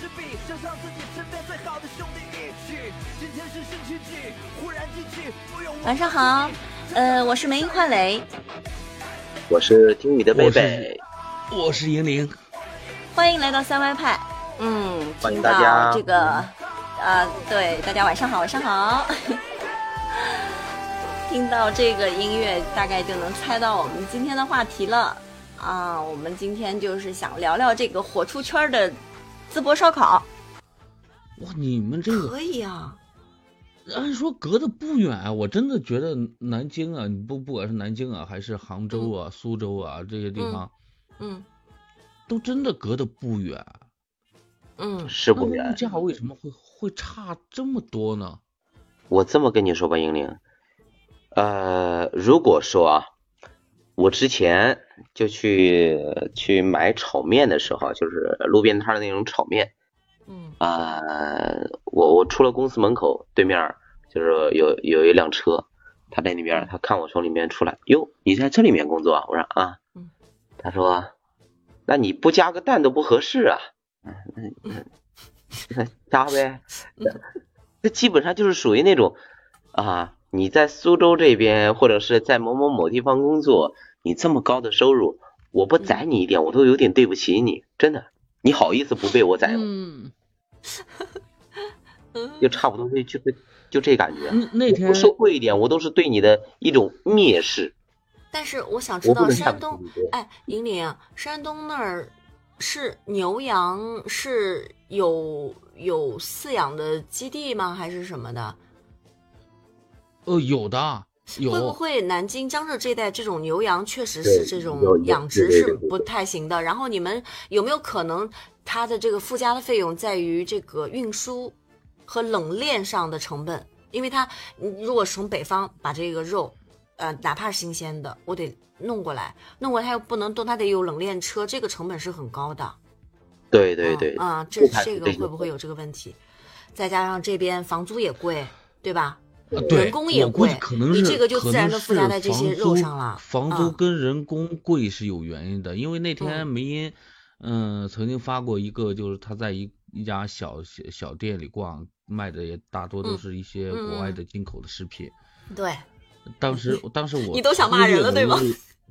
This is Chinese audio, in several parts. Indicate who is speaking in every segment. Speaker 1: 之笔，想让自己身边最好的兄弟一起。今天是星期几？忽然记起，不用
Speaker 2: 晚上好，呃，我是梅英焕磊，
Speaker 3: 我是听雨的贝贝，
Speaker 4: 我是银铃，
Speaker 2: 欢迎来到三歪派。嗯，
Speaker 3: 欢迎
Speaker 2: 听
Speaker 3: 大家
Speaker 2: 到这个，呃，对，大家晚上好，晚上好。 听到这个音乐，大概就能猜到我们今天的话题了。啊，我们今天就是想聊聊这个火出圈儿的淄博烧烤。
Speaker 4: 哇，你们这个
Speaker 2: 可以啊，
Speaker 4: 按说隔得不远啊，我真的觉得南京啊，你不不管是南京啊，还是杭州啊、苏州啊这些地
Speaker 2: 嗯
Speaker 4: 方，
Speaker 2: 嗯
Speaker 4: 都真的隔得不远。啊
Speaker 2: 嗯，
Speaker 3: 是
Speaker 4: 那
Speaker 3: 不
Speaker 4: 物
Speaker 3: 远。
Speaker 4: 价为什么会会差这么多呢？
Speaker 3: 我这么跟你说吧，英玲，呃，如果说啊，我之前就去去买炒面的时候，就是路边摊儿的那种炒面，
Speaker 2: 嗯
Speaker 3: 啊、我我出了公司门口，对面儿就是有有一辆车，他在那边儿，他看我从里面出来，哟，你在这里面工作啊？我说啊
Speaker 2: 嗯，
Speaker 3: 他说，那你不加个蛋都不合适啊，嗯那那那加呗，这基本上就是属于那种啊，你在苏州这边或者是在某某某地方工作，你这么高的收入，我不宰你一点，我都有点对不起你，真的，你好意思不被我宰吗？
Speaker 4: 嗯，
Speaker 2: 嗯
Speaker 3: 就差不多就就就这感觉。
Speaker 4: 嗯那那天
Speaker 3: 我说贵一点，我都是对你的一种蔑视。
Speaker 2: 但是我想知
Speaker 3: 我不
Speaker 2: 道
Speaker 3: 能下
Speaker 2: 山
Speaker 3: 不
Speaker 2: 东，
Speaker 3: 去你
Speaker 2: 哎，银玲啊，山东那儿是牛羊是有有饲养的基地吗？还是什么的？
Speaker 4: 呃有的有
Speaker 2: 会不会南京、江浙这一带这种牛羊确实
Speaker 3: 对
Speaker 2: 是这种
Speaker 3: 有有
Speaker 2: 养殖
Speaker 3: 对对
Speaker 2: 是
Speaker 3: 对对
Speaker 2: 不太行的？然后你们有没有可能它的这个附加的费用在于这个运输和冷链上的成本？因为它你如果是从北方把这个肉，呃，哪怕是新鲜的，我得弄过来，弄过来它又不能动，它得有冷链车，这个成本是很高的。
Speaker 3: 对对对，
Speaker 2: 啊，啊这
Speaker 3: 不排除
Speaker 2: 这个
Speaker 3: 这个
Speaker 2: 会不会有这个问题？再加上这边房租也贵，对吧？
Speaker 4: 啊
Speaker 3: 人
Speaker 4: 对
Speaker 2: 工也
Speaker 4: 我估计
Speaker 2: 贵
Speaker 4: 可能
Speaker 2: 你
Speaker 4: 是
Speaker 2: 这个就
Speaker 4: 可
Speaker 2: 自然地
Speaker 4: 能
Speaker 2: 附
Speaker 4: 是
Speaker 2: 加在这
Speaker 4: 房
Speaker 2: 些肉
Speaker 4: 租
Speaker 2: 上了
Speaker 4: 房租
Speaker 2: 啊
Speaker 4: 跟人工贵是有原因的，因为那天
Speaker 2: 嗯
Speaker 4: 梅音嗯、曾经发过一个，就是他在一一家小小小店里逛，卖的也大多都
Speaker 2: 嗯
Speaker 4: 是一些国
Speaker 2: 嗯
Speaker 4: 外
Speaker 2: 嗯
Speaker 4: 的进口的食品。
Speaker 2: 对，
Speaker 4: 当 时当时我
Speaker 2: 你都想骂人了对吗
Speaker 4: 吧？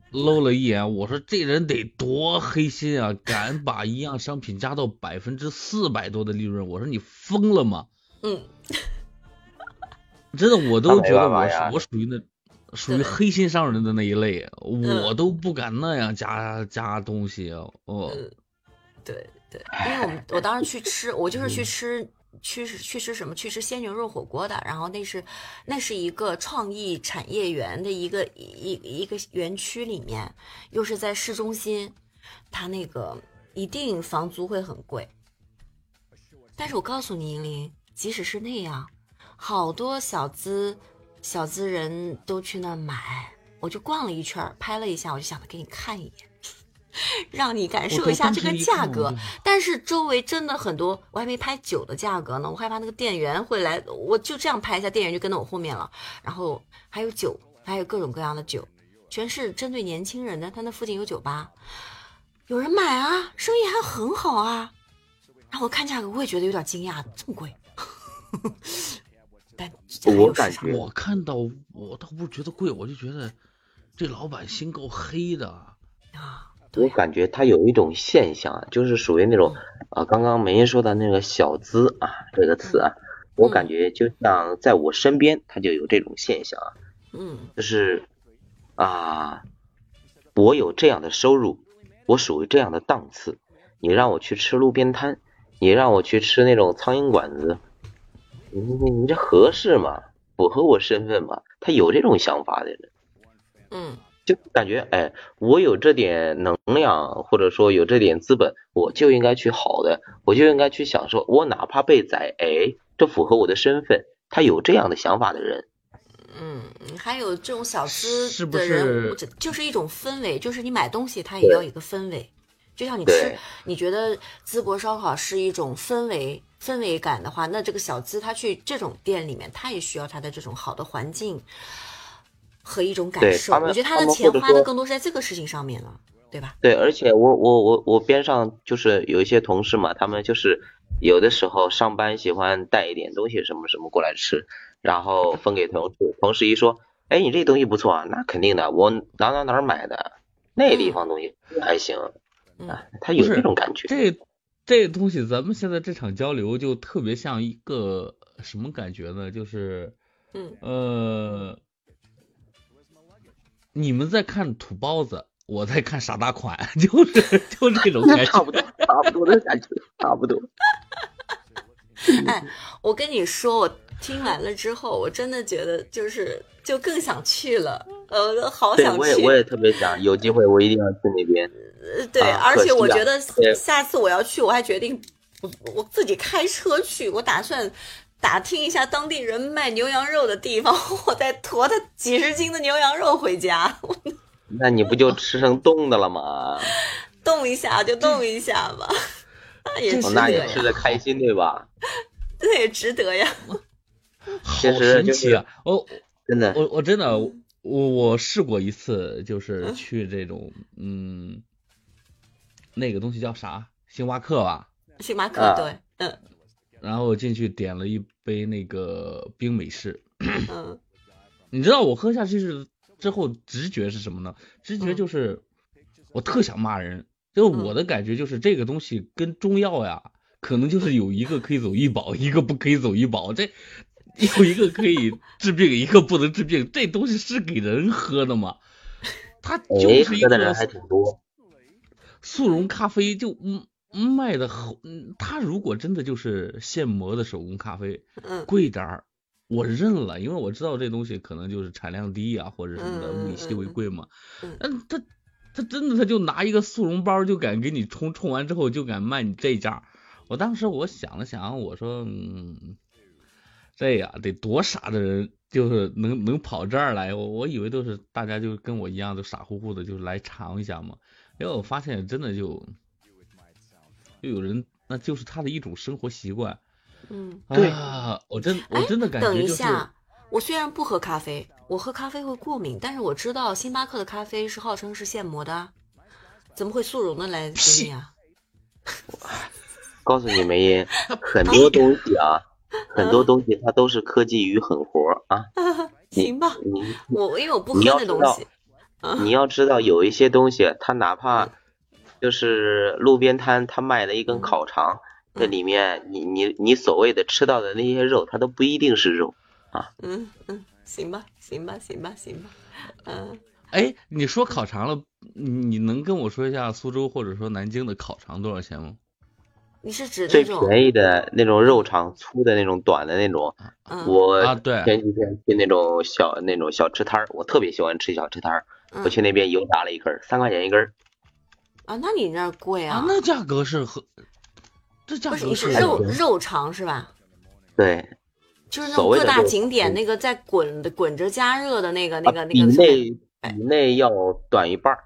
Speaker 4: 搂了一眼，我说这人得多黑心啊！敢把一样商品加到百分之四百多的利润，我说你疯了吗？
Speaker 2: 嗯，
Speaker 4: 真的，我
Speaker 3: 那
Speaker 4: 都
Speaker 3: 没
Speaker 4: 觉得
Speaker 3: 办法
Speaker 4: 我
Speaker 3: 呀
Speaker 4: 是我属于那属于
Speaker 2: 对
Speaker 4: 黑心商人的那一类，我
Speaker 2: 嗯
Speaker 4: 都不敢那样加加东西哦。
Speaker 2: 嗯对对，因为我们我当时去吃，我就是去吃去去吃什么？去吃鲜牛肉火锅的。然后那是那是一个创意产业园的一个一一个园区里面，又是在市中心，它那个一定房租会很贵。但是我告诉你，银玲，即使是那样，好多小资小资人都去那儿买。我就逛了一圈儿，拍了一下，我就想着给你看一眼， 让你感
Speaker 4: 我
Speaker 2: 受
Speaker 4: 都
Speaker 2: 一下
Speaker 4: 当
Speaker 2: 这
Speaker 4: 时
Speaker 2: 个
Speaker 4: 一
Speaker 2: 价
Speaker 4: 看我
Speaker 2: 格
Speaker 4: 就。
Speaker 2: 但是周围真的很多，我还没拍酒的价格呢，我害怕那个店员会来，我就这样拍一下，店员就跟到我后面了。然后还有酒，还有各种各样的酒，全是针对年轻人的。他那附近有酒吧，有人买啊，生意还很好啊。然后我看价格，我也觉得有点惊讶，这么贵。 但这还有
Speaker 3: 我感
Speaker 2: 市场
Speaker 3: 觉
Speaker 4: 我看到我倒不是觉得贵，我就觉得这老板心够黑的。
Speaker 2: 啊，
Speaker 3: 我
Speaker 2: 对
Speaker 3: 感觉他有一种现象啊，就是属于那种啊，刚刚梅英说的那个“小资”啊这个词
Speaker 2: 嗯
Speaker 3: 啊，我感觉就像在我身边，他就有这种现象啊，
Speaker 2: 嗯
Speaker 3: 就是啊，我有这样的收入，我属于这样的档次，你让我去吃路边摊，你让我去吃那种苍蝇馆子，你你你这合适吗？符合我身份吗？他有这种想法的人。
Speaker 2: 嗯
Speaker 3: 就感觉哎，我有这点能量，或者说有这点资本，我就应该去好的，我就应该去享受。我哪怕被宰，哎，这符合我的身份。他有这样的想法的人，
Speaker 2: 嗯，还有这种小
Speaker 4: 是
Speaker 2: 资
Speaker 4: 不
Speaker 2: 的人，
Speaker 4: 是
Speaker 2: 我这就是一种氛围，就是你买东西它也要一个氛围，就像你吃
Speaker 3: 对，
Speaker 2: 你觉得淄博烧烤是一种氛围氛围感的话，那这个小资他去这种店里面，他也需要他的这种好的环境和一种感
Speaker 3: 对
Speaker 2: 受。
Speaker 3: 他们
Speaker 2: 我觉得他
Speaker 3: 他
Speaker 2: 的
Speaker 3: 们
Speaker 2: 钱
Speaker 3: 或者
Speaker 2: 花的
Speaker 3: 说
Speaker 2: 更多是在这个事情上面了。对吧？
Speaker 3: 对，而且我我我我边上就是有一些同事嘛，他们就是有的时候上班喜欢带一点东西什么什么过来吃，然后分给同事，同事一说，哎，你这东西不错啊，那肯定的，我哪哪哪儿买的，那地方东西还行，
Speaker 2: 嗯
Speaker 3: 啊，他有
Speaker 4: 不是
Speaker 3: 这种感觉，
Speaker 4: 这这东西，咱们现在这场交流就特别像一个什么感觉呢？就是
Speaker 2: 嗯
Speaker 4: 呃，你们在看土包子，我在看傻大款， 就是就这种感
Speaker 3: 差
Speaker 4: 觉。
Speaker 3: 不多差不多的感觉，差不多。
Speaker 2: 我跟你说，我听完了之后，我真的觉得就是就更想去了，呃，我好
Speaker 3: 对，
Speaker 2: 想去。
Speaker 3: 我也我也特别想，有机会我一定要去那 边。
Speaker 2: 呃对，
Speaker 3: 啊
Speaker 2: 而
Speaker 3: 可
Speaker 2: 且我
Speaker 3: 惜啊
Speaker 2: 觉得
Speaker 3: 对
Speaker 2: 下次我要去，我还决定我我自己开车去，我打算打听一下当地人卖牛羊肉的地方， 我再驮他几十斤的牛羊肉回家，
Speaker 3: 那你不就吃成冻的了 吗？
Speaker 2: 动一下就动一下吧，那也
Speaker 4: 这
Speaker 2: 值
Speaker 3: 哦
Speaker 4: 是
Speaker 3: 那
Speaker 2: 得
Speaker 3: 也
Speaker 2: 呀
Speaker 3: 吃，的开心对吧？
Speaker 2: 那也值得呀。
Speaker 4: 好
Speaker 3: 其实
Speaker 4: 神
Speaker 3: 就
Speaker 4: 奇
Speaker 3: 是
Speaker 4: 啊！我
Speaker 3: 真的，
Speaker 4: 我我真的我我试过一次，就是去这种嗯，那个东西叫啥？星巴克吧。
Speaker 2: 星巴克
Speaker 3: 啊
Speaker 2: 对，嗯
Speaker 4: 然后我进去点了一杯那个冰美式，
Speaker 2: 嗯
Speaker 4: 你知道我喝下去是之后直觉是什么呢？直觉
Speaker 2: 嗯
Speaker 4: 就是我特想骂人，就是我的感觉就是这个东西跟中药呀，可能就是有一个可以走医保，一个不可以走医保，这有一个可以治病，一个不能治病，这东西是给人喝的吗？它
Speaker 3: 哎，
Speaker 4: 就是一
Speaker 3: 喝的人
Speaker 4: 个
Speaker 3: 还挺多。
Speaker 4: 速溶咖啡就嗯卖的很，嗯它如果真的就是现磨的手工咖啡，
Speaker 2: 嗯
Speaker 4: 贵点儿，我认了，因为我知道这东西可能就是产量低啊，或者什么的，
Speaker 2: 嗯
Speaker 4: 物以稀为贵嘛
Speaker 2: 嗯嗯。
Speaker 4: 但他他真的他就拿一个速溶包就敢给你冲，冲完之后就敢卖你这价儿。我当时我想了想，我说，嗯，这呀得多傻的人，就是能能跑这儿来。我我以为都是大家就跟我一样，都傻乎乎的，就是来尝一下嘛。结果我发现真的就就有人，那就是他的一种生活习惯。
Speaker 2: 嗯，
Speaker 3: 对
Speaker 4: 啊，我真我
Speaker 2: 哎
Speaker 4: 真的感
Speaker 2: 等
Speaker 4: 觉
Speaker 2: 一
Speaker 4: 就是
Speaker 2: 下，我虽然不喝咖啡，我喝咖啡会过敏，但是我知道星巴克的咖啡是号称是现磨的啊，怎么会速溶的来给你啊？
Speaker 3: 告诉你梅音， 很多东西啊，很多东西它都是科技与狠活啊。
Speaker 2: 行吧，
Speaker 3: 你
Speaker 2: 我因为我不喝
Speaker 3: 你要
Speaker 2: 那
Speaker 3: 知
Speaker 2: 东
Speaker 3: 道
Speaker 2: 西，嗯
Speaker 3: 你要知道，有一些东西它哪怕就是路边摊它卖的一根烤肠，这里面你你你所谓的吃到的那些肉，它都不一定是肉。
Speaker 2: 嗯嗯，行吧，行吧，行吧，行吧，嗯，
Speaker 4: 哎，你说烤肠了，你你能跟我说一下苏州或者说南京的烤肠多少钱吗？
Speaker 2: 你是指那
Speaker 3: 最
Speaker 2: 种
Speaker 3: 便宜的那种肉肠，粗的那种，短的那种，
Speaker 2: 嗯
Speaker 3: 我
Speaker 4: 啊对
Speaker 3: 前几天去那种小那种小吃摊儿，我特别喜欢吃小吃摊儿，我
Speaker 2: 嗯
Speaker 3: 去那边油炸了一根儿，三块钱一根儿，
Speaker 2: 啊？那你那儿贵
Speaker 4: 啊
Speaker 2: 啊，？
Speaker 4: 那价格是和这价
Speaker 2: 不是
Speaker 4: 格
Speaker 2: 你是
Speaker 4: 很
Speaker 2: 肉
Speaker 4: 便宜
Speaker 2: 肉肠是吧？
Speaker 3: 对，
Speaker 2: 就是那
Speaker 3: 所
Speaker 2: 种
Speaker 3: 谓
Speaker 2: 各
Speaker 3: 的
Speaker 2: 大
Speaker 3: 肉
Speaker 2: 景点
Speaker 3: 肠
Speaker 2: 那个在滚的滚着加热的那个那个哎
Speaker 3: 啊
Speaker 2: 那
Speaker 3: 比
Speaker 2: 个上面
Speaker 3: 内比内要短一半儿，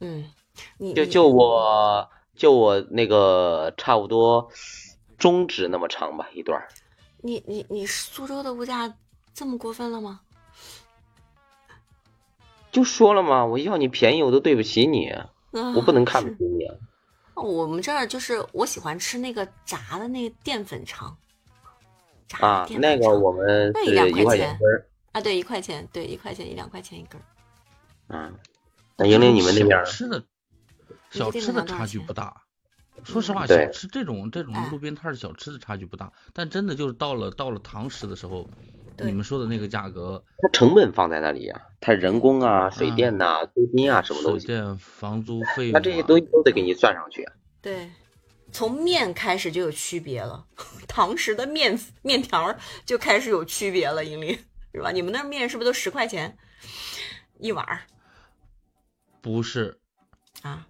Speaker 2: 嗯，你
Speaker 3: 就
Speaker 2: 你
Speaker 3: 就我就我那个差不多中指那么长吧，一段儿，
Speaker 2: 你你你苏州的物价这么过分了吗？
Speaker 3: 就说了嘛，我要你便宜我都对不起你，
Speaker 2: 啊，
Speaker 3: 我不能看不
Speaker 2: 是哦
Speaker 3: 起你啊，
Speaker 2: 我们这儿就是我喜欢吃那个炸的那个淀粉肠，炸的
Speaker 3: 啊
Speaker 2: 淀
Speaker 3: 那
Speaker 2: 粉
Speaker 3: 个
Speaker 2: 肠
Speaker 3: 我们
Speaker 2: 那
Speaker 3: 是
Speaker 2: 两块
Speaker 3: 一块
Speaker 2: 钱
Speaker 3: 钱一根儿，
Speaker 2: 啊，对，一块钱，对，一块钱一两块钱一根儿。
Speaker 3: 嗯，那
Speaker 2: 啊
Speaker 3: 英玲你们那边儿
Speaker 4: 小吃的，
Speaker 2: 你
Speaker 4: 小
Speaker 2: 这
Speaker 4: 吃
Speaker 2: 边
Speaker 4: 的
Speaker 2: 拿多少
Speaker 4: 差距
Speaker 2: 钱
Speaker 4: 不大。说实话，
Speaker 3: 对
Speaker 4: 小吃这种这种
Speaker 2: 哎
Speaker 4: 路边摊儿的小吃的差距不大，但真的就是到了到了堂食的时候，
Speaker 2: 对
Speaker 4: 你们说的那个价格，
Speaker 3: 它成本放在那里呀、它人工啊、水电呐、租金啊什么
Speaker 4: 水
Speaker 3: 东西，
Speaker 4: 电、房租费用
Speaker 3: 那
Speaker 4: 啊，
Speaker 3: 这些东西都得给你算上去啊。
Speaker 2: 对，从面开始就有区别了， 堂食的面面条儿就开始有区别了，英林是吧？你们那儿面是不是都十块钱一碗儿
Speaker 4: 不是
Speaker 2: 啊？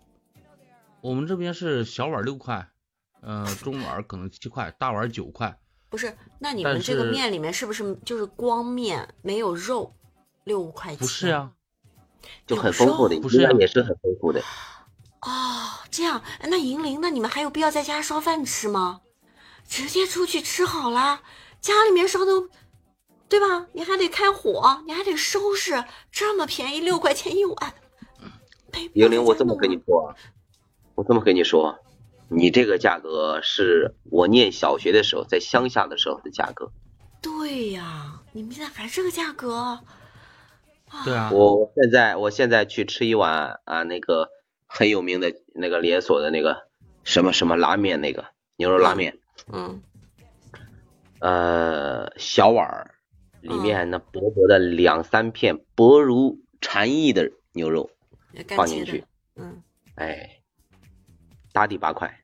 Speaker 4: 我们这边是小碗六块，呃，中碗可能七块，大碗九块。
Speaker 2: 不是，那你
Speaker 4: 但
Speaker 2: 们这个
Speaker 4: 是
Speaker 2: 面里面是不是就是光面没有肉，六块钱？
Speaker 4: 不是啊呀、
Speaker 3: 就很丰富的，
Speaker 4: 不是啊
Speaker 3: 应该也是很丰富的。
Speaker 2: 哦，这样，那银铃，那你们还有必要在家烧饭吃吗？直接出去吃好啦，家里面烧都对吧？你还得开火，你还得收拾，这么便宜，六块钱一碗。没
Speaker 3: 莹玲，我这么跟你，说啊，我这么跟你说，啊你这个价格是我念小学的时候在乡下的时候的价格。
Speaker 2: 对呀、你们现在还这个价格，
Speaker 4: 对啊，
Speaker 3: 我我现在我现在去吃一碗啊，那个很有名的那个连锁的那个什么什么拉面，那个牛肉拉面，
Speaker 2: 嗯，
Speaker 3: 呃，小碗儿里面那薄薄的两三片薄如蝉翼的牛肉，
Speaker 2: 呃干
Speaker 3: 放
Speaker 2: 切
Speaker 3: 进
Speaker 2: 的
Speaker 3: 去，
Speaker 2: 嗯
Speaker 3: 哎，打底八块，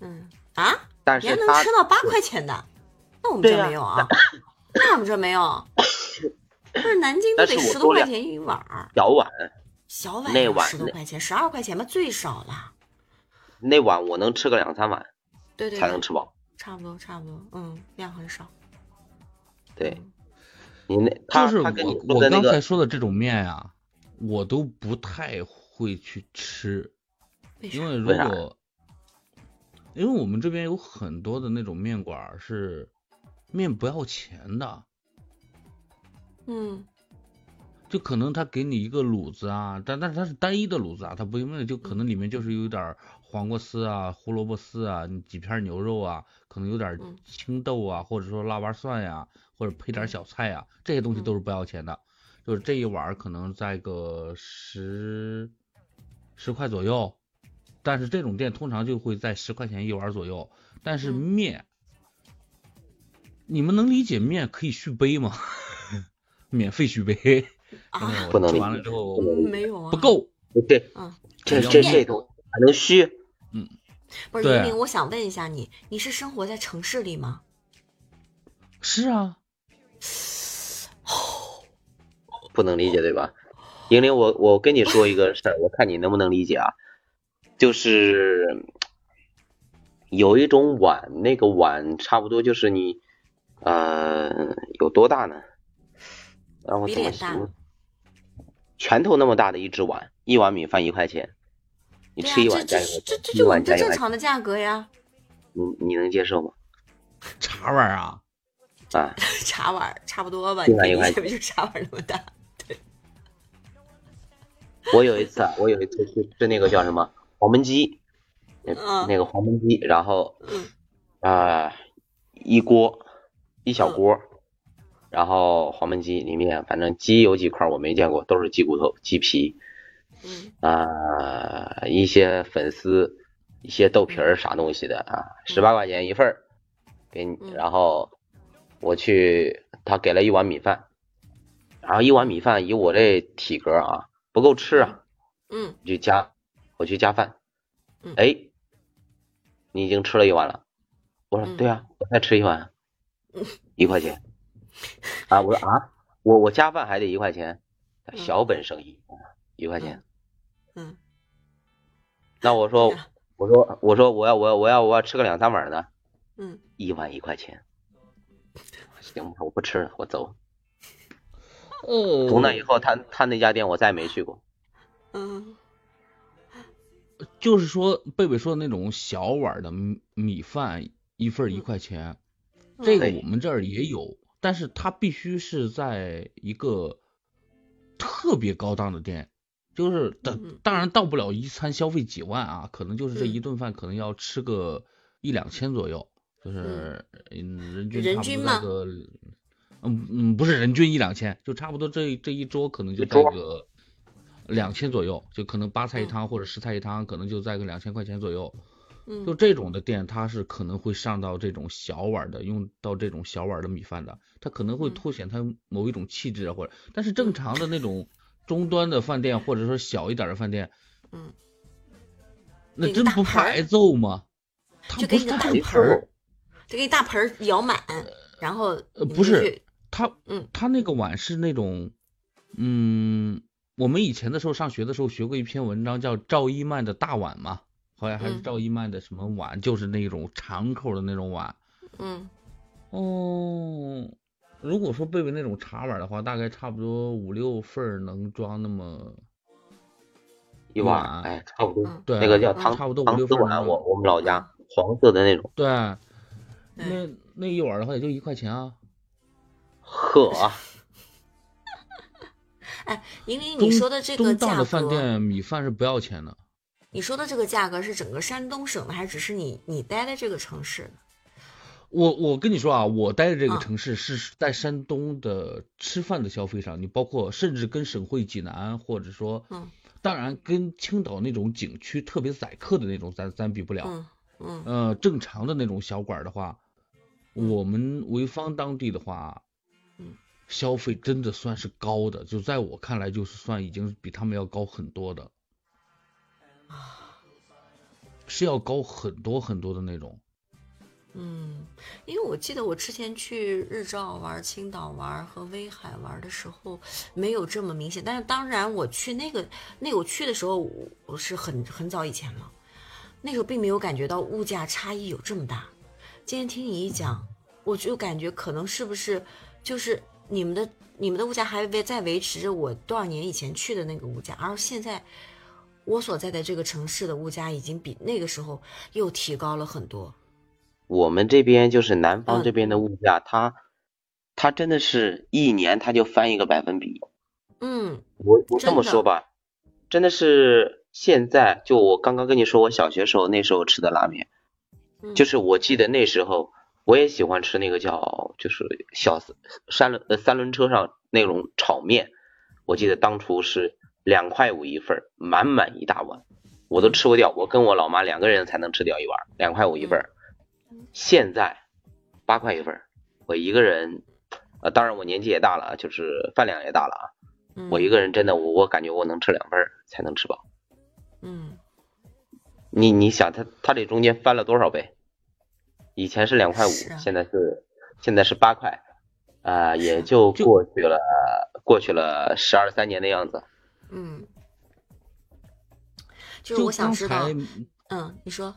Speaker 2: 嗯啊，
Speaker 3: 但
Speaker 2: 你
Speaker 3: 是
Speaker 2: 还能
Speaker 3: 它嗯
Speaker 2: 吃到八块钱的？那我们
Speaker 3: 对
Speaker 2: 这
Speaker 3: 呀
Speaker 2: 没有 啊，那我们这没 有。不是南京都
Speaker 3: 但是
Speaker 2: 得十
Speaker 3: 我
Speaker 2: 多
Speaker 3: 多
Speaker 2: 块
Speaker 3: 两
Speaker 2: 钱一碗儿，
Speaker 3: 小碗
Speaker 2: 小碗
Speaker 3: 那
Speaker 2: 要
Speaker 3: 碗
Speaker 2: 十多
Speaker 3: 那
Speaker 2: 块钱，十二块钱吧，最少了。
Speaker 3: 那碗我能吃个两三碗
Speaker 2: 对对
Speaker 3: 才
Speaker 2: 对，
Speaker 3: 能吃饱。
Speaker 2: 差不多差不多，嗯，量很少。
Speaker 3: 对
Speaker 2: 嗯
Speaker 3: 你那他
Speaker 4: 就是
Speaker 3: 他跟你
Speaker 4: 我
Speaker 3: 说
Speaker 4: 我
Speaker 3: 的那
Speaker 4: 刚才
Speaker 3: 个
Speaker 4: 说的这种面呀，我都不太会去吃，
Speaker 2: 为啥
Speaker 4: 因？为如
Speaker 3: 为啥
Speaker 4: 果，因为我们这边有很多的那种面馆儿是面不要钱的，
Speaker 2: 嗯
Speaker 4: 就可能他给你一个卤子啊，但但是它是单一的卤子啊，它不因为就可能里面就是有点儿黄瓜丝啊、胡萝卜丝啊、你几片牛肉啊，可能有点儿
Speaker 2: 嗯
Speaker 4: 青豆啊，或者说腊八蒜呀、或者配点儿小菜呀、这些东西
Speaker 2: 嗯
Speaker 4: 都是不要钱的。就是这一碗儿可能在个十十块左右，但是这种店通常就会在十块钱一碗儿左右。但是
Speaker 2: 嗯
Speaker 4: 面，你们能理解面可以续杯吗？ 免费续杯。
Speaker 2: 啊，
Speaker 4: 嗯
Speaker 3: 不能
Speaker 4: 吃
Speaker 3: 理
Speaker 4: 完了
Speaker 3: 解
Speaker 4: 之后
Speaker 2: 嗯没有啊，
Speaker 4: 不。够，
Speaker 3: 对
Speaker 2: 嗯，
Speaker 3: 这
Speaker 4: 要
Speaker 3: 这
Speaker 4: 面
Speaker 3: 这种还能虚？
Speaker 2: 不是
Speaker 4: 对啊
Speaker 2: 云林，我想问一下你，你是生活在城市里吗？
Speaker 4: 是啊，
Speaker 3: 不能理解对吧？莹玲，我我跟你说一个事儿，我看你能不能理解啊？就是有一种碗，那个碗差不多就是你呃有多大呢？然后
Speaker 2: 比
Speaker 3: 怎么
Speaker 2: 脸大
Speaker 3: 形容？拳头那么大的一只碗，一碗米饭一块钱，你
Speaker 2: 对
Speaker 3: 吃一
Speaker 2: 呀、
Speaker 3: 碗
Speaker 2: 这
Speaker 3: 加一
Speaker 2: 这这
Speaker 3: 块钱，
Speaker 2: 这
Speaker 3: 一
Speaker 2: 这我们
Speaker 3: 碗
Speaker 2: 这
Speaker 3: 加一
Speaker 2: 正
Speaker 3: 块钱，
Speaker 2: 常的价格呀，
Speaker 3: 你你能接受吗？
Speaker 4: 茶碗儿啊，
Speaker 3: 啊，
Speaker 2: 茶碗儿差不多吧，
Speaker 3: 一
Speaker 2: 你可以
Speaker 3: 碗一
Speaker 2: 理
Speaker 3: 块
Speaker 2: 解不就茶碗儿那么大？
Speaker 3: 我有一次啊，我有一次去吃那个叫什么黄焖鸡，那
Speaker 2: 嗯
Speaker 3: 那个黄焖鸡，然后
Speaker 2: 嗯
Speaker 3: 啊、一锅一小
Speaker 2: 嗯
Speaker 3: 锅，然后黄焖鸡里面反正鸡有几块我没见过，都是鸡骨头、鸡皮
Speaker 2: 嗯
Speaker 3: 啊、一些粉丝、一些豆皮儿啥东西的啊，十八块钱一份儿，给你
Speaker 2: 嗯，
Speaker 3: 然后我去他给了一碗米饭，然后一碗米饭以我这体格啊不够吃啊。
Speaker 2: 嗯，
Speaker 3: 去加，我去加饭
Speaker 2: 嗯，
Speaker 3: 哎，你已经吃了一碗了，我说
Speaker 2: 嗯
Speaker 3: 对啊，我再吃一 碗啊，一块钱，啊，我说啊，我我加饭还得一块钱，
Speaker 2: 嗯
Speaker 3: 小本生意，一块钱，
Speaker 2: 嗯，
Speaker 3: 那我说
Speaker 2: 对啊
Speaker 3: 我说我说我要我要我要我要吃个两三碗的，
Speaker 2: 嗯，
Speaker 3: 一碗一 块钱，行吧，我不吃了，我走。
Speaker 4: 哦
Speaker 3: 从那以后，他他那家店我再没去过，
Speaker 2: 嗯
Speaker 4: 就是说贝贝说的那种小碗儿的米米饭，一份儿一
Speaker 2: 嗯
Speaker 4: 块钱，这个
Speaker 3: 对
Speaker 4: 我们这儿也有，但是它必须是在一个特别高档的店，就是
Speaker 2: 嗯
Speaker 4: 当当然到不了一餐消费几万啊，可能就是这
Speaker 2: 嗯
Speaker 4: 一顿饭可能要吃个一两千左右，就是嗯人均
Speaker 2: 人
Speaker 4: 差不
Speaker 2: 均
Speaker 4: 多
Speaker 2: 吗
Speaker 4: 在个。嗯嗯，不是人均一两千，就差不多这这一桌可能就
Speaker 3: 一
Speaker 4: 在
Speaker 3: 桌
Speaker 4: 个两千左右，就可能八菜一
Speaker 2: 嗯
Speaker 4: 汤或者十菜一汤，可能就在个两千块钱左右。
Speaker 2: 嗯，
Speaker 4: 就这种的店，它是可能会上到这种小碗的，用到这种小碗的米饭的，它可能会
Speaker 2: 嗯
Speaker 4: 凸显它某一种气质啊，或者，但是正常的那种中端的饭店，或者说小一点的饭店，
Speaker 2: 嗯，
Speaker 4: 那
Speaker 2: 给你
Speaker 4: 真
Speaker 2: 大
Speaker 4: 不怕
Speaker 2: 盆儿
Speaker 4: 挨揍吗？它
Speaker 2: 就
Speaker 4: 不
Speaker 2: 给
Speaker 4: 是
Speaker 2: 你个
Speaker 4: 它
Speaker 2: 大
Speaker 4: 是
Speaker 2: 盆
Speaker 4: 盆儿
Speaker 2: 儿，，就给你大盆儿舀满，然后
Speaker 4: 呃
Speaker 2: 你
Speaker 4: 不
Speaker 2: 就是去
Speaker 4: 它
Speaker 2: 嗯
Speaker 4: 它那个碗是那种，嗯，我们以前的时候上学的时候学过一篇文章叫赵一曼的大碗嘛，好像还是
Speaker 2: 嗯
Speaker 4: 赵一曼的什么碗，就是那种长口的那种碗。
Speaker 2: 嗯
Speaker 4: 哦，如果说贝贝那种茶碗的话，大概差不多五六份儿能装那么，
Speaker 3: 一碗
Speaker 4: 碗
Speaker 3: 哎，差不多
Speaker 2: 嗯，
Speaker 4: 对啊
Speaker 3: 那个叫
Speaker 2: 嗯
Speaker 3: 糖
Speaker 4: 差不多五
Speaker 3: 糖
Speaker 4: 六
Speaker 3: 丝
Speaker 4: 份儿
Speaker 3: 碗，
Speaker 4: 呢
Speaker 3: 我我们老家黄色的那种。
Speaker 2: 嗯
Speaker 4: 对，
Speaker 2: 对
Speaker 4: 那那一碗的话也就一块钱啊。
Speaker 3: 呵，
Speaker 2: 玲玲，
Speaker 4: 东
Speaker 2: 你说的这个
Speaker 4: 东
Speaker 2: 价
Speaker 4: 藏
Speaker 2: 格，
Speaker 4: 的饭店米饭是不要钱的，
Speaker 2: 你说的这个价格是整个山东省的，还是只是你你待的这个城市的？
Speaker 4: 我我跟你说啊，我待的这个
Speaker 2: 啊
Speaker 4: 城市是在山东的吃饭的消费上，你包括甚至跟省会济南，或者说，
Speaker 2: 嗯
Speaker 4: 当然跟青岛那种景区特别宰客的那种，咱咱比不了。
Speaker 2: 嗯嗯
Speaker 4: 呃，正常的那种小馆儿的话，我们潍坊当地的话，
Speaker 2: 嗯，
Speaker 4: 消费真的算是高的，就在我看来，就是算已经比他们要高很多的，
Speaker 2: 啊
Speaker 4: 是要高很多很多的那种。
Speaker 2: 嗯，因为我记得我之前去日照玩、青岛玩和威海玩的时候，没有这么明显。但是当然，我去那个那个我去的时候，我我是很很早以前了，那时候并没有感觉到物价差异有这么大。今天听你一讲，我就感觉可能是不是就是你们的你们的物价还维在维持着我多少年以前去的那个物价，而现在我所在的这个城市的物价已经比那个时候又提高了很多。
Speaker 3: 我们这边就是南
Speaker 2: 嗯
Speaker 3: 方这边的物价，它它真的是一年它就翻一个百分比。
Speaker 2: 嗯，
Speaker 3: 我我这
Speaker 2: 真
Speaker 3: 么
Speaker 2: 的
Speaker 3: 说吧，真的是现在就我刚刚跟你说，我小学时候那时候吃的拉面，
Speaker 2: 嗯
Speaker 3: 就是我记得那时候我也喜欢吃那个叫就是小三轮呃三轮车上那种炒面，我记得当初是两块五一份儿，满满一大碗，我都吃不掉，我跟我老妈两个人才能吃掉一碗，两块五一份
Speaker 2: 嗯
Speaker 3: 儿。现在八块一份儿，我一个人，呃，当然我年纪也大了，啊就是饭量也大了啊。
Speaker 2: 嗯
Speaker 3: 我一个人真的，我我感觉我能吃两份儿才能吃饱。
Speaker 2: 嗯
Speaker 3: 你你想，它它这中间翻了多少倍？以前是两块五，
Speaker 2: 是啊
Speaker 3: 现在是现在是八块，啊、也就
Speaker 4: 就
Speaker 3: 过去了过去了十二三年的样子。
Speaker 2: 嗯，就是
Speaker 4: 就
Speaker 2: 我想
Speaker 4: 刚
Speaker 2: 知道
Speaker 4: 才，
Speaker 2: 嗯，你说，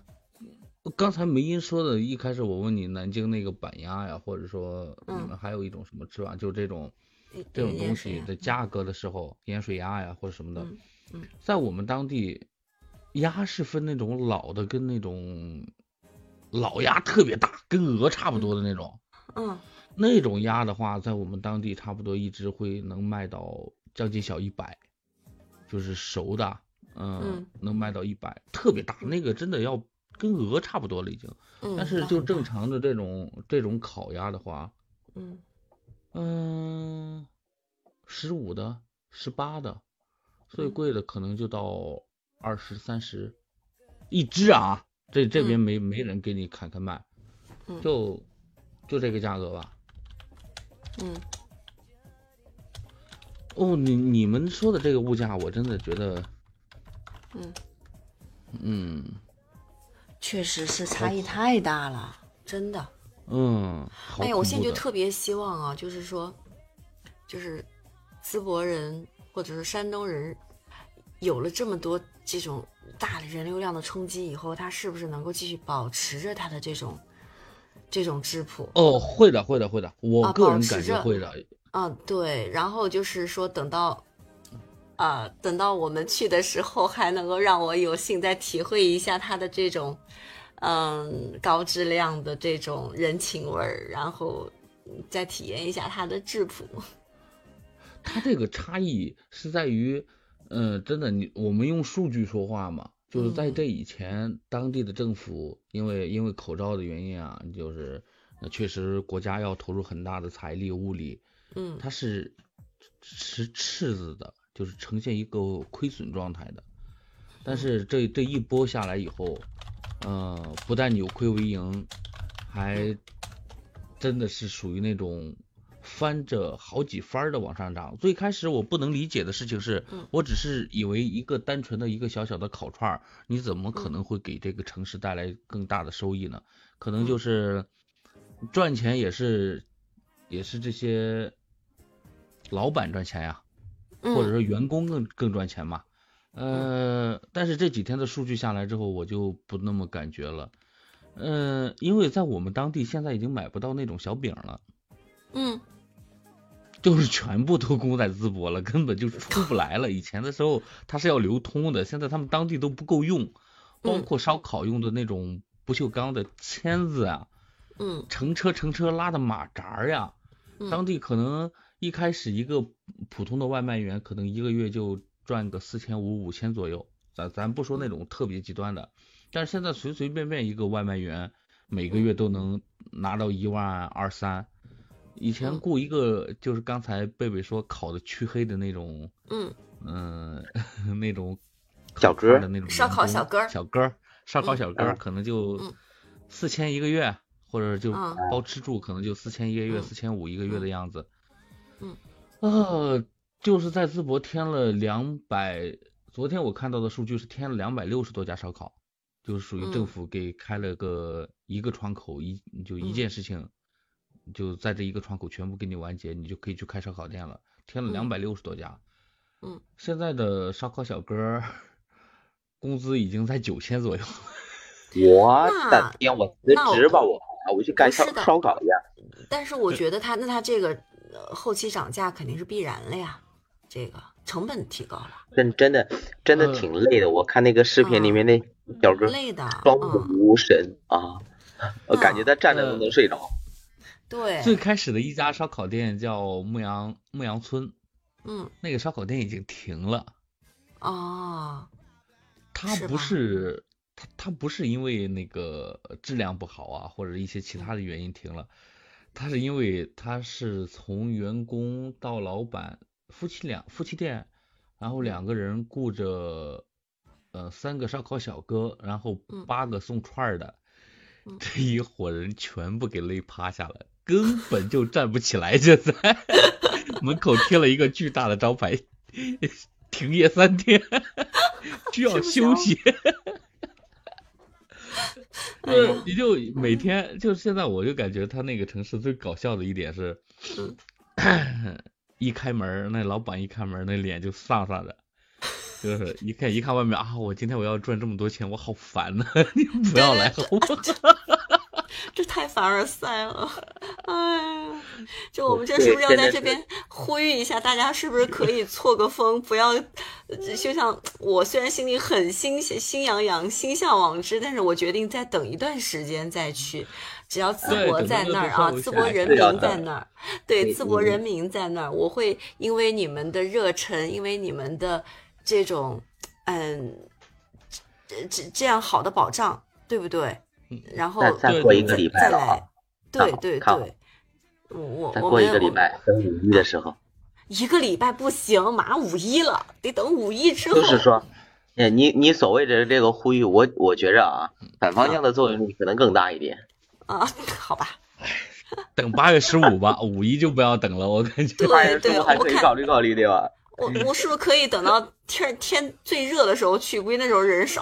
Speaker 4: 刚才梅音说的，一开始我问你南京那个板鸭呀，或者说你
Speaker 2: 嗯
Speaker 4: 们还有一种什么吃法，就这种
Speaker 2: 你
Speaker 4: 这种
Speaker 2: 你也
Speaker 4: 东
Speaker 2: 是
Speaker 4: 西
Speaker 2: 呀
Speaker 4: 的价格的时候，盐水鸭呀或者什么的
Speaker 2: 嗯嗯，
Speaker 4: 在我们当地，鸭是分那种老的跟那种老鸭特别大，跟鹅差不多的那种。
Speaker 2: 嗯
Speaker 4: 那种鸭的话，在我们当地差不多一只会能卖到将近小一百，就是熟的，嗯
Speaker 2: 嗯，
Speaker 4: 能卖到一百，特别大，那个真的要跟鹅差不多了已经。
Speaker 2: 嗯，
Speaker 4: 但是
Speaker 2: 那
Speaker 4: 就
Speaker 2: 很
Speaker 4: 正
Speaker 2: 棒，
Speaker 4: 常的这种这种烤鸭的话，
Speaker 2: 嗯
Speaker 4: 嗯，十五的、十八的，最
Speaker 2: 嗯
Speaker 4: 贵的可能就到二十三十一只啊。这这边
Speaker 2: 嗯
Speaker 4: 没没人给你砍砍卖，
Speaker 2: 嗯
Speaker 4: 就就这个价格吧。
Speaker 2: 嗯
Speaker 4: 哦，你你们说的这个物价，我真的觉得，
Speaker 2: 嗯，
Speaker 4: 嗯
Speaker 2: 确实是差异太大了，真的。
Speaker 4: 嗯，好
Speaker 2: 哎呀，
Speaker 4: 恐
Speaker 2: 我现在
Speaker 4: 怖
Speaker 2: 就
Speaker 4: 的
Speaker 2: 特别希望啊，就是说，就是淄博人或者是山东人，有了这么多这种大的人流量的冲击以后，他是不是能够继续保持着他的这种这种质朴？
Speaker 4: 哦，会的会的会的，我
Speaker 2: 啊
Speaker 4: 个
Speaker 2: 保
Speaker 4: 人
Speaker 2: 持
Speaker 4: 感觉
Speaker 2: 着
Speaker 4: 会的，
Speaker 2: 啊，对，然后就是说等到，啊，等到我们去的时候，还能够让我有幸再体会一下它的这种，嗯，高质量的这种人情味儿，然后嗯再体验一下它的质朴。
Speaker 4: 它这个差异是在于，嗯，真的，你我们用数据说话嘛，就是在
Speaker 2: 嗯
Speaker 4: 这以前，当地的政府因为因为口罩的原因啊，就是呃确实国家要投入很大的财力物力，
Speaker 2: 嗯
Speaker 4: 它是持赤字的，就是呈现一个亏损状态的。但是这这一波下来以后，呃，不但扭亏为盈，还真的是属于那种翻着好几番儿的往上涨。最开始我不能理解的事情是
Speaker 2: 嗯，
Speaker 4: 我只是以为一个单纯的一个小小的烤串儿，你怎么
Speaker 2: 嗯
Speaker 4: 可能会给这个城市带来更大的收益呢？
Speaker 2: 嗯
Speaker 4: 可能就是赚钱也是也是这些老板赚钱呀，或者
Speaker 2: 嗯
Speaker 4: 说员工更更赚钱嘛。呃，但是这几天的数据下来之后，我就不那么感觉了。呃，因为在我们当地现在已经买不到那种小饼了，
Speaker 2: 嗯，
Speaker 4: 就是全部都供在淄博了，根本就出不来 了。以前的时候它是要流通的，现在他们当地都不够用，包
Speaker 2: 嗯
Speaker 4: 括烧烤用的那种不锈钢的签子啊，
Speaker 2: 嗯
Speaker 4: 成车成车拉的马扎儿呀，
Speaker 2: 嗯
Speaker 4: 当地可能一开始一个普通的外卖员，可能一个月就赚个四千五、五千左右。咱咱不说那种特别极端的，但是现在随随便便一个外卖员，每个月
Speaker 2: 嗯
Speaker 4: 都能拿到一万二三。以前
Speaker 2: 嗯
Speaker 4: 雇一个就是刚才贝贝说烤的黢黑的那种，
Speaker 2: 嗯，
Speaker 4: 嗯， 那种
Speaker 3: 小
Speaker 4: 烤串
Speaker 3: 哥
Speaker 4: 的那种
Speaker 2: 烧
Speaker 4: 员
Speaker 2: 烤
Speaker 4: 工
Speaker 2: 小哥儿
Speaker 4: 小哥儿，烧烤
Speaker 2: 嗯
Speaker 4: 小哥儿
Speaker 3: 嗯
Speaker 4: 可能就
Speaker 2: 嗯
Speaker 4: 四千一个月，或者就
Speaker 2: 嗯
Speaker 4: 包吃住，可能就四千一个月、
Speaker 2: 嗯
Speaker 4: 四千五一个月的
Speaker 2: 嗯
Speaker 4: 样子。
Speaker 2: 嗯，
Speaker 4: 呃，就是在淄博添了两百，昨天我看到的数据是添了两百六十多家烧烤，就是属于政
Speaker 2: 嗯
Speaker 4: 府给开了个一个窗口，一就一
Speaker 2: 嗯
Speaker 4: 件事情，就在这一个窗口全部给你完结，你就可以去开烧烤店了。添了两
Speaker 2: 嗯
Speaker 4: 百六十多家。
Speaker 2: 嗯，
Speaker 4: 现在的烧烤小哥儿工资已经在九千左右。
Speaker 3: 我的
Speaker 2: 那
Speaker 3: 天，我辞
Speaker 2: 那我
Speaker 3: 职吧，我我去干
Speaker 2: 不
Speaker 3: 烧
Speaker 2: 是的
Speaker 3: 烧烤去。
Speaker 2: 但是我觉得他那他这个呃后期涨价肯定是必然了呀，这个成本提高了，
Speaker 3: 真真的真的
Speaker 4: 嗯
Speaker 3: 挺累的。我看那个视频里面那小哥
Speaker 2: 嗯累的，
Speaker 3: 双目
Speaker 2: 嗯，
Speaker 3: 无神啊，我感觉他站着都能睡
Speaker 2: 哦
Speaker 3: 着。
Speaker 2: 对，
Speaker 4: 最开始的一家烧烤店叫牧羊牧羊村，
Speaker 2: 嗯，
Speaker 4: 那个烧烤店已经停了。
Speaker 2: 哦，
Speaker 4: 它
Speaker 2: 是
Speaker 4: 不
Speaker 2: 吧
Speaker 4: 是它它不是因为那个质量不好啊，或者一些
Speaker 2: 嗯
Speaker 4: 其他的原因停了，它是因为它是从员工到老板夫妻俩夫妻店，然后两个人雇着呃三个烧烤小哥，然后
Speaker 2: 嗯
Speaker 4: 八个送串儿的，
Speaker 2: 嗯
Speaker 4: 这一伙人全部给累趴下了。根本就站不起来，现在门口贴了一个巨大的招牌，停业三天，需要
Speaker 2: 吃不消
Speaker 4: 休息。 对，你就每天就是现在，我就感觉他那个城市最搞笑的一点是，
Speaker 2: 嗯
Speaker 4: 一开门儿那老板一开门儿那脸就丧丧的，就是一看一看外面啊，我今天我要赚这么多钱，我好烦呐、 你不要来好吗？
Speaker 2: 这太凡尔赛了，哎呀，就我们这
Speaker 3: 对
Speaker 2: 是不是要
Speaker 3: 真
Speaker 2: 在
Speaker 3: 的
Speaker 2: 这
Speaker 3: 是
Speaker 2: 边呼吁一下，大家是不是可以错个峰，不要，就像我虽然心里很心心痒痒、心向往之，但是我决定再等一段时间再去，只要淄
Speaker 4: 对
Speaker 2: 博
Speaker 4: 等
Speaker 2: 在
Speaker 4: 到
Speaker 2: 那
Speaker 4: 这
Speaker 2: 儿
Speaker 4: 个
Speaker 2: 啊，
Speaker 4: 氛围
Speaker 2: 淄
Speaker 4: 下嗯
Speaker 2: 博
Speaker 4: 来
Speaker 2: 人
Speaker 3: 对
Speaker 2: 民
Speaker 3: 啊对
Speaker 2: 在那儿，对，
Speaker 3: 对
Speaker 2: 淄博
Speaker 3: 嗯
Speaker 2: 人民在那儿，我会因为你们的热忱，因为你们的这种，嗯，这这这样好的保障，对不对
Speaker 4: 嗯？
Speaker 2: 然后
Speaker 3: 再
Speaker 4: 对
Speaker 3: 再过一个
Speaker 4: 对
Speaker 3: 礼拜
Speaker 2: 再
Speaker 3: 了
Speaker 2: 来
Speaker 3: 啊，，
Speaker 2: 对
Speaker 3: 看好
Speaker 2: 对
Speaker 3: 看好
Speaker 2: 对，我我
Speaker 3: 再
Speaker 2: 我
Speaker 3: 过一
Speaker 2: 们
Speaker 3: 个礼
Speaker 2: 我
Speaker 3: 拜，等五一的时候，
Speaker 2: 一个礼拜不行，马上五一了，得等五一之后。
Speaker 3: 就是说，哎你你所谓的这个呼吁，我我觉着啊，反方向的作用力可能更大一点。
Speaker 2: 啊，好吧，
Speaker 4: 等八月十五吧，五一就不要等了，我感觉。
Speaker 3: 八月
Speaker 2: 对
Speaker 3: 十
Speaker 2: 对，
Speaker 3: 五还
Speaker 2: 我
Speaker 3: 可以
Speaker 2: 看
Speaker 3: 考虑考虑，对吧？
Speaker 2: 我我是不是可以等到天天最热的时候去，估计那时候人少。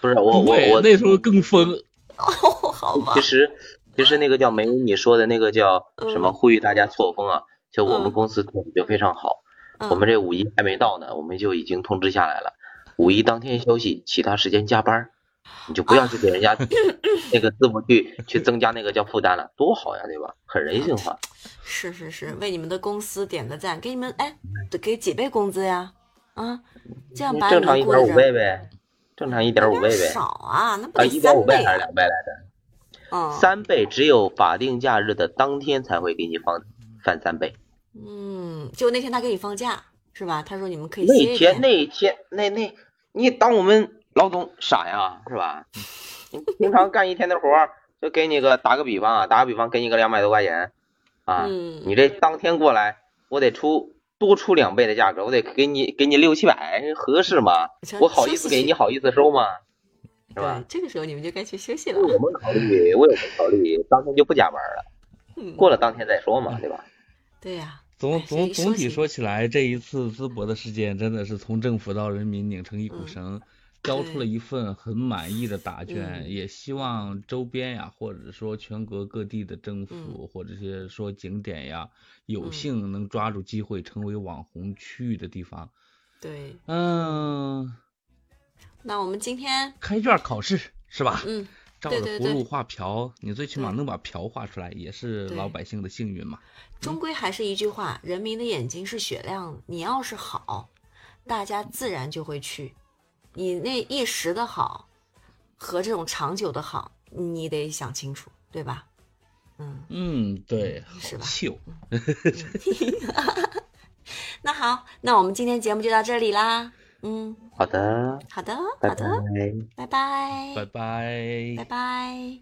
Speaker 3: 不是 我我
Speaker 4: 对
Speaker 3: 我
Speaker 4: 那时候更疯，
Speaker 2: 哦，好吧
Speaker 3: 其，实其实那个叫梅姨你说的那个叫什么
Speaker 2: 嗯
Speaker 3: 呼吁大家错峰啊，就我们
Speaker 2: 嗯
Speaker 3: 公司做的就非常好。
Speaker 2: 嗯
Speaker 3: 我们这五一还没到呢，我们就已经通知下来了，五一当天休息，其他时间加班儿，你就不要去 给人家那个字母去去增加那个叫负担了，多好呀，对吧？很人性化。
Speaker 2: 是是是，为你们的公司点个赞，给你们哎，得给几倍工资呀？啊，这样把你
Speaker 3: 嗯正常
Speaker 2: 们
Speaker 3: 一
Speaker 2: 雇
Speaker 3: 点
Speaker 2: 的
Speaker 3: 五倍
Speaker 2: 人
Speaker 3: 呗，正常一点五
Speaker 2: 有
Speaker 3: 倍
Speaker 2: 点
Speaker 3: 呗，
Speaker 2: 少啊，那不
Speaker 3: 啊，
Speaker 2: 得
Speaker 3: 一点五
Speaker 2: 三
Speaker 3: 倍
Speaker 2: 倍
Speaker 3: 还是
Speaker 2: 啊？
Speaker 3: 两倍来着？
Speaker 2: 嗯
Speaker 3: 三倍只有法定假日的当天才会给你放翻三倍，
Speaker 2: 嗯，就那天他给你放假是吧？他说你们可以歇
Speaker 3: 那
Speaker 2: 一天。
Speaker 3: 天那天那那，你当我们老总傻呀是吧？ 你平常干一天的活儿，就给你个打个比方啊，打个比方给你个两百多块钱，啊，
Speaker 2: 嗯
Speaker 3: 你这当天过来，我得出多出两倍的价格，我得给你给你六七百，合适吗？
Speaker 2: 这
Speaker 3: 我好意
Speaker 2: 休
Speaker 3: 思
Speaker 2: 息
Speaker 3: 给你好意思收吗？是吧
Speaker 2: 对，？这个时候你们就该去休息了
Speaker 3: 为。我们考虑，为我们考虑，当天就不加班了，
Speaker 2: 嗯，
Speaker 3: 过了当天再说嘛，对吧？
Speaker 2: 对呀、
Speaker 4: 总
Speaker 2: 哎
Speaker 4: 总
Speaker 2: 谁
Speaker 4: 总
Speaker 2: 说
Speaker 4: 体
Speaker 2: 起
Speaker 4: 说起来，这一次淄博的事件真的是从政府到人民拧成一股
Speaker 2: 嗯
Speaker 4: 绳，交出了一份很满意的答卷。
Speaker 2: 嗯
Speaker 4: 也希望周边呀，或者说全国各地的政府、
Speaker 2: 嗯
Speaker 4: 或者是说景点呀，有
Speaker 2: 嗯
Speaker 4: 幸能抓住机会成为网红区域的地方。
Speaker 2: 对。
Speaker 4: 嗯，
Speaker 2: 那我们今天，
Speaker 4: 开卷考试是吧？
Speaker 2: 嗯，
Speaker 4: 照着
Speaker 2: 对对
Speaker 4: 葫
Speaker 2: 对
Speaker 4: 芦画瓢，你最起码
Speaker 2: 对
Speaker 4: 能把瓢画出来，也是老
Speaker 2: 对
Speaker 4: 百姓的幸运嘛。
Speaker 2: 终归还是一句话，人民的眼睛是雪亮的，你要是好，大家自然就会去。你那一时的好和这种长久的好，你得想清楚，对吧？嗯，
Speaker 4: 嗯，对，好
Speaker 2: 是吧
Speaker 4: 气哦。
Speaker 2: 那好，那我们今天节目就到这里啦。嗯，
Speaker 3: 好的，
Speaker 2: 好的，
Speaker 3: 拜
Speaker 2: 好
Speaker 3: 拜。
Speaker 2: 的，拜拜，
Speaker 4: 拜拜
Speaker 2: 拜拜。